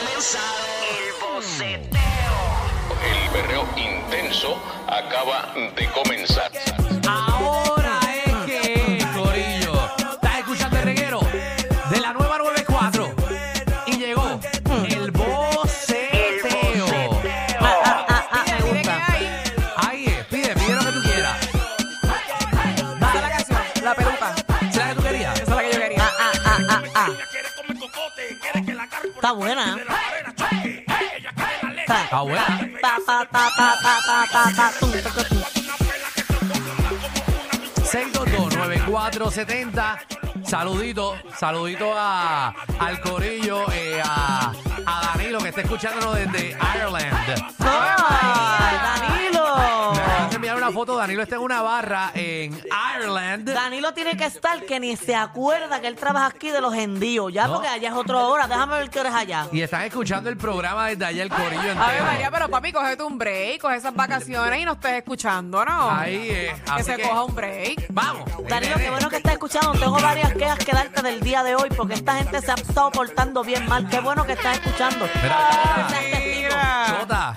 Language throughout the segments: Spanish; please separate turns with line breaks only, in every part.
comenzado el boceteo.
El berreo intenso acaba de comenzar.
Ahora es que, Corillo, estás escuchando el reguero de la nueva 94 y llegó el boceteo.
Ah, ah, ah, ah, me
Dime qué
gusta.
hay.
Ahí es, pide, pide lo que tú quieras.
Dale la canción, la peluca.
¿Será que tú querías?
Esa es la que yo
Ah,
quería.
ah, ah, ah, ah. Está buena. Está
Ah, buena.
Pa, pa, pa, pa, pa, pa, pa, pa, tum, tum, tum, tum. Ah.
6229470. Saludito, saludito a, al Corillo, eh, a, a Danilo que está escuchándonos desde Ireland.
Ah. ¡Ay,
Me acaban de
Danilo!
enviar una foto, Danilo está en una barra en Ireland.
Danilo tiene que estar que ni se acuerda que él trabaja aquí de los envíos. Ya,
No.
porque allá es otra hora. Déjame ver qué hora es allá.
Y están escuchando el programa desde allá el corillo
A ver, María,
entero.
pero papi, cógete un break, coge esas vacaciones y no estés escuchando, ¿no?
Ahí eh,
que
así
se coja un break.
Vamos.
Danilo, qué bueno que estás escuchando. Tengo varias quejas que darte del día de hoy porque esta gente se ha estado portando bien mal. Qué bueno que estás escuchando.
Mira,
Estás testigo.
Jota,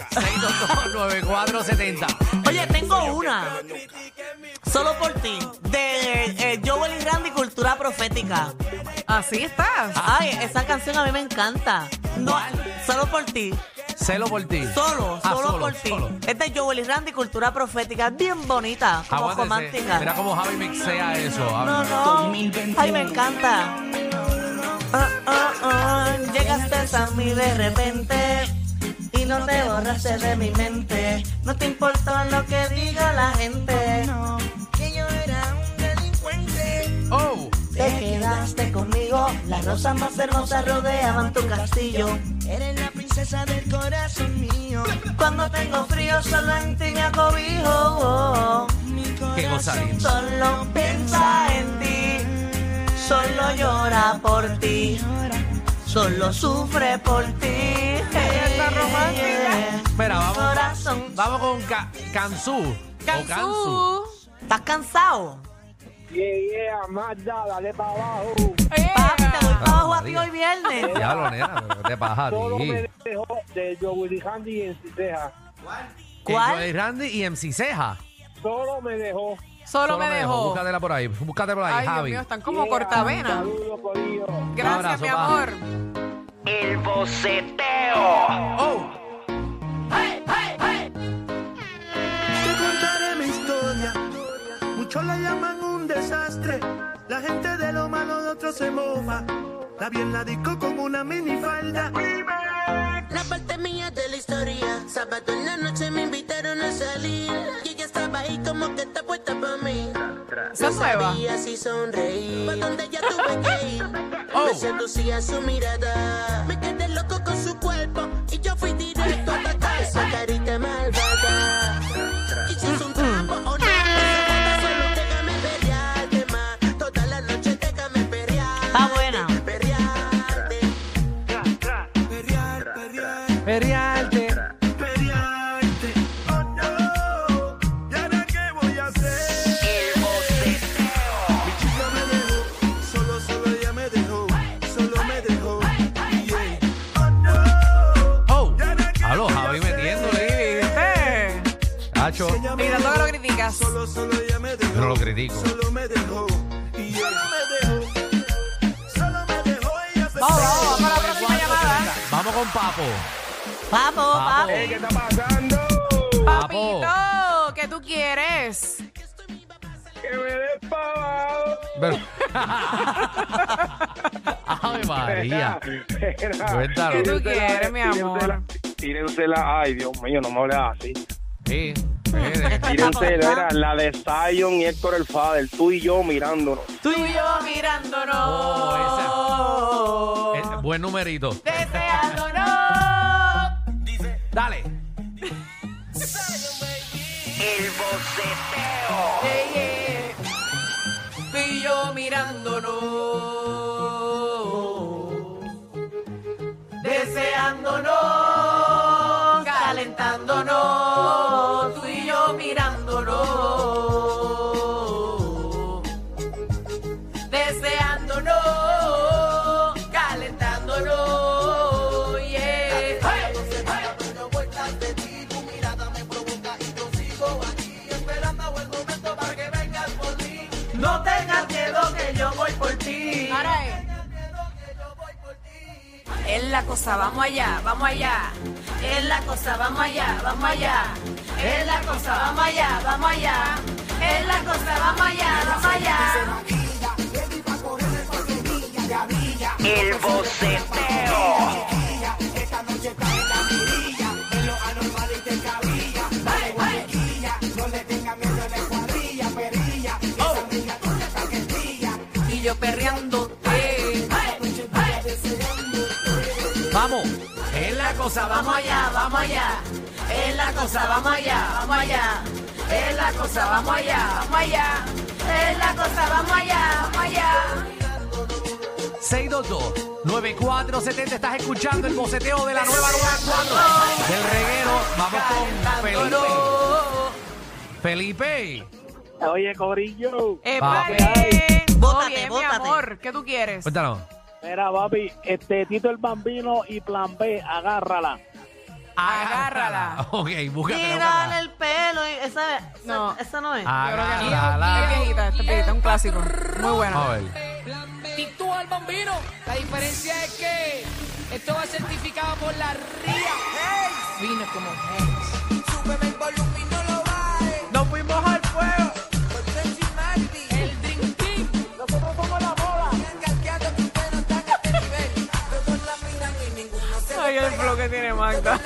6229470.
Oye, tengo una. Solo por ti. De eh, Joel y Randy, Cultura Profética.
Así estás.
Ah.
Ay, esa canción a mí me encanta. No, solo por ti.
Celo por ti.
Solo,
Ah,
solo, por ti.
solo.
Es de Joel y Randy, Cultura Profética. Bien bonita, como
Aguántese.
romántica.
Mira cómo Javi mixea eso. Javi.
No, no. Ay, me encanta. Ah, ah, ah. Llegaste a mí de repente y no te borraste de mi mente. No te importa lo que diga la gente.
que yo era un delincuente.
Oh,
Te quedaste conmigo. Las rosas más hermosas rodeaban tu castillo.
Eres la princesa del corazón mío.
Cuando tengo frío solo en ti me acobijo. oh, oh.
Mi
qué cosa
corazón.
linda.
Solo piensa en ti. Solo llora por ti. Solo sufre por ti. Ella
está romántica.
Espera, vamos,
Corazón.
vamos con Ca- Kansu. O Kansu.
Cansú.
¿Estás cansado?
Yeah, yeah, Magda, dale para abajo.
Eh,
Papi, te voy para abajo a ti
María.
hoy viernes.
Ya lo nena, pero ¿qué te pasa a
Todo
ti?
me dejó de Joey Handy en Ciseja.
¿Cuál?
Joey Randy y MC Ceja.
Solo me dejó.
Solo me dejó.
Búscatela por ahí. Búscatela por ahí,
Ay, Dios
Javi.
mío, están como
Yeah,
cortavenas.
Saludos, corillo.
Gracias,
abrazo,
mi
pa.
amor.
El boceteo.
Oh,
Te contaré mi historia. Muchos la llaman un desastre. La gente de lo malo de otros se mofa. La vi en la disco con una minifalda.
La parte mía de la historia. Sábado en la noche me invitaron a salir. Y ella estaba ahí como que está puesta para mí.
Esa es nueva.
Y así sonreí. Pa' donde ya tuve que ir.
Oh.
Me seducía su mirada. Me quedé loco con su cuerpo. Y yo fui directo a atacar esa carita malvada. Y si es un trampo o no. Solo déjame pelearte más. Toda la noche déjame pelear.
Está buena.
Pelearte.
Perrear, perrear,
Periarte.
perrearte. Oh no. ¿Y ahora qué voy a hacer?
El boceteo.
Mi chica me dejó, solo, solo ella me dejó, solo me dejó. Yeah. Oh no,
Oh.
¿y ahora qué
Aló,
voy a
Javi
hacer?
metiéndole.
Eh,
Hacho.
Ella me
Y tanto que
dejó,
lo criticas.
Solo, solo ella me dejó.
Yo no lo critico.
Solo me dejó. Y ella me dejó. Solo me dejó. Ella se
Vamos, vamos, para la próxima llamada.
Vamos con Papo.
Papo, papo.
Ey, ¿Qué está pasando?
Papo.
Papito, ¿qué tú quieres?
Que me des para abajo.
Pero- Ave María.
Espera.
Cuéntalo.
¿Qué
Tire
tú
usted
quieres, mi
tire usted
amor?
la- Tire usted la. eh, Ay, Dios mío, no me hables así.
Sí. mire.
Tire usted era la de Zion y Héctor el Fader. Tú y yo mirándonos.
Tú y yo mirándonos.
Oh, Eh, Buen numerito.
Deseándonos.
Dale.
El boceteo.
Ey, ey. Tú y yo mirándonos, deseándonos, calentándonos, tú y yo mirándonos, deseándonos, calentándonos, yeah. Es la cosa, vamos allá, vamos allá. Es la cosa, vamos allá, vamos allá. Es la cosa, vamos allá, vamos allá. Es la cosa, vamos allá, vamos allá.
El boceteo.
Y yo perreándote.
Vamos. Es la cosa,
Vamos allá, vamos allá. Es la cosa, vamos allá, vamos allá. Es la cosa, vamos allá, vamos allá. Es la cosa, vamos allá, vamos allá.
622-9470. Estás escuchando el boceteo de la nueva 94 del reguero. Vamos con Felipe. Felipe,
Oye, Corillo.
Eh,
Papi.
vale. Todo
Bótate,
bien, mi
bótate.
amor. ¿Qué tú quieres?
cuéntanos.
Mira, papi, este Tito el Bambino y Plan B, agárrala.
Agárrala.
Ok, búscate.
Girar el pelo y esa, esa-
No. Este
esa no es.
Ah.
Esta
Agárrala.
viejita, esta viejita, un clásico. Muy
A
buena.
ver.
Tito al bombino. La diferencia es que esto va certificado por la RIA. Vino como Hayes.
Nos fuimos al fuego.
El Dream Team.
Ay, el flow que tiene Magda.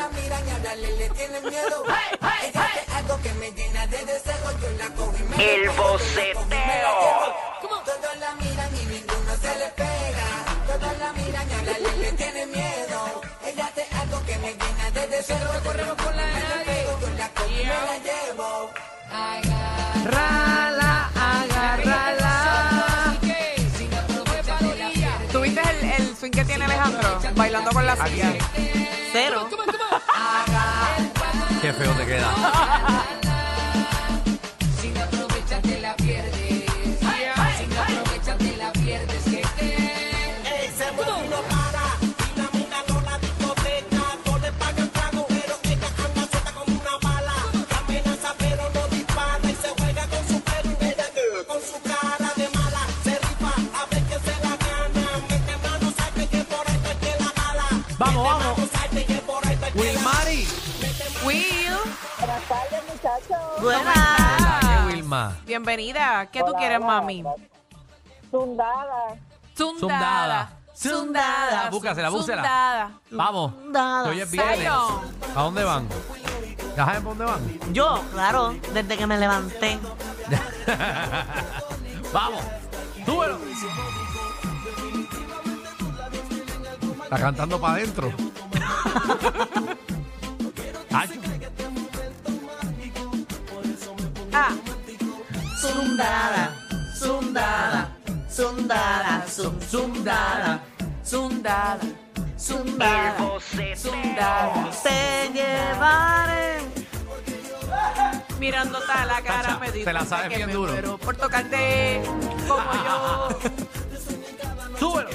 El boceteo.
Rala, agárrala.
¿Tuviste el, el swing que tiene Alejandro? Bailando con la silla.
Cero.
Qué feo te queda. Vamos, vamos. Wilmari.
Will,
Buena.
Hola, ¿qué, Wilma?
bienvenida. ¿Qué tú quieres, mami? Zundada.
Zundada.
Zundada.
Zundada. Búscasela, búscala.
Zundada.
Vamos.
Zundada.
Hoy es viernes.
Zion.
¿A dónde van? ¿Ya saben por dónde van?
Yo, claro, desde que me levanté.
vamos. Súbelo. Está cantando para adentro. Ay,
Ah,
Zundada, zundada, zundada, zum, zundada,
Zundada.
El
zundada.
boceteo.
Zundada.
Te llevaré.
Mirándote a la cara
Cacha,
me di
te la
cuenta
sabes
que
bien
me
duro.
muero por tocarte como yo.
Súbelo.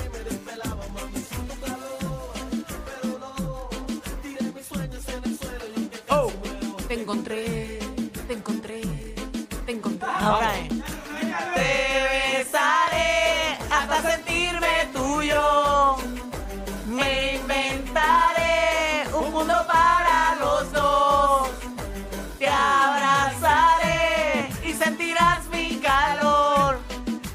Oh.
Te encontré, te encontré, te encontré.
Ah,
Ahora es. Te besaré hasta sentirme tuyo. Me inventaré un mundo para los dos. Te abrazaré y sentirás mi calor.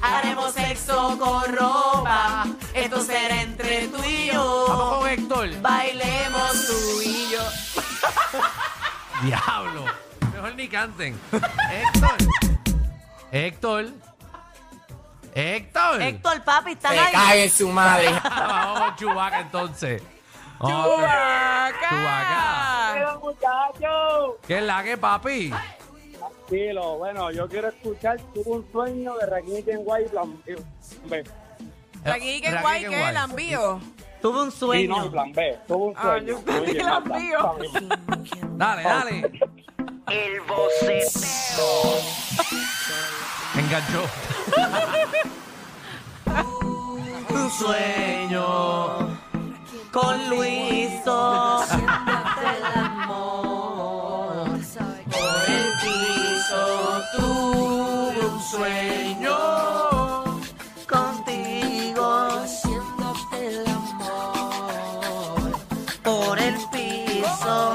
Haremos sexo con ropa. Esto será entre tú y
Vamos
yo.
con Héctor.
Bailemos tú y yo.
Diablo. Mejor ni canten. Héctor. Héctor. Héctor.
Héctor, papi, ¿estás
Me cae en su madre.
Vamos con Chubaca entonces. Vamos con Chewbacca.
Pero, muchachos.
¿Qué es la que, papi?
Tranquilo, bueno, yo quiero escuchar Tuve un sueño de Raquel en Guay Plan B. Plan
Eh,
Aquí que
Raquel
guay que
Kenway.
el envío.
Tuve un
B. Sí, no, Plan B. Tuve un
Ah,
sueño.
yo entendí
Oye,
que
más
las
Plan-
vio.
Plan B.
Dale, dale.
El boceteo.
Enganchó.
un sueño con Luiso. el amor por el piso. Tuve un sueño contigo. Haciéndote el amor. por el piso,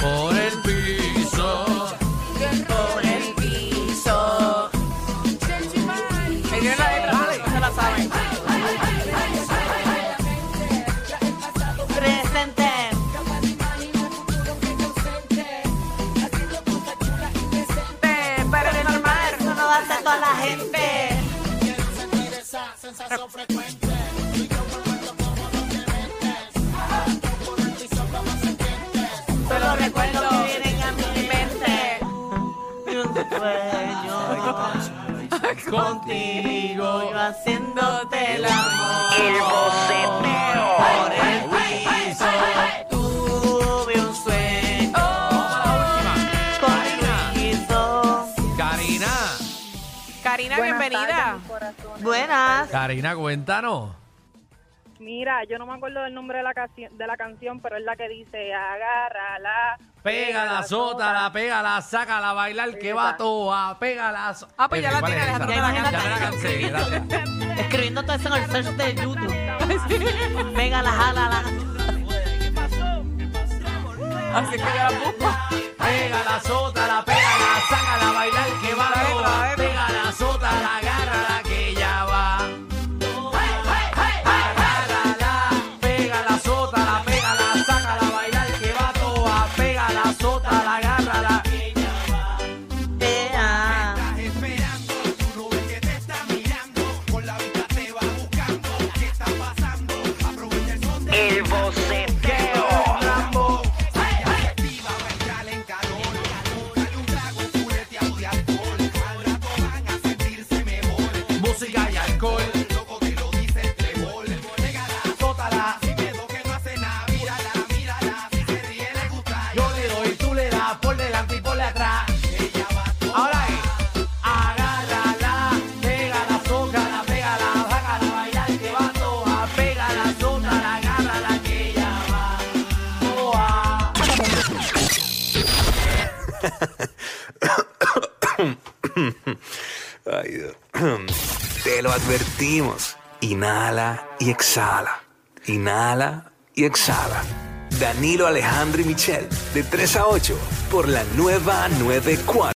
Por el piso.
por el piso.
Me dio la letra, pero no se la saben.
Presente.
Pe- Pero es normal.
Eso no va a ser toda la gente.
Solo recuerdo
Recuerdos que vienen a mi mente. Y un sueño contigo, yo haciéndote el amor.
El boceteo.
Por el piso tuve un sueño contigo.
Karina.
Karina, bienvenida.
Buenas.
Karina, cuéntanos.
Mira, yo no me acuerdo del nombre de la, casi- de la canción, pero es la que dice, agárrala.
Pégala, sótala, pégala, sácala a bailar, que va toa, pégala. so-
Ah, pues ya
Ok,
la
¿cuál
tiene,
es esa?
Alejandro,
la
Ya
canta.
la canté, gracias.
Escribiendo todo eso en el search de YouTube. Pégala, jálala.
Así que yo la busco.
Pégala, sótala, pégala, sácala a bailar, que va
A ver, a
toa.
ver.
Pégala, sótala, agárrala, que ya va. Agárrala, pégala, sótala, pégala, sácala a bailar, que va toa. Pégala, sótala, agárrala.
Vea.
El boceteo.
Música y alcohol. Sótala. Yo le doy, tú le das, por delante y por atrás. Ahora es. Agárrala, pégala, sócala, pégala, bájala, bailar, que va toa. Pégala, sótala, agárrala, que ella va toa.
Ay, Dios. Te lo advertimos. Inhala y exhala. Inhala y exhala. Danilo Alejandro y Michel, de 3 a 8, por la nueva 94.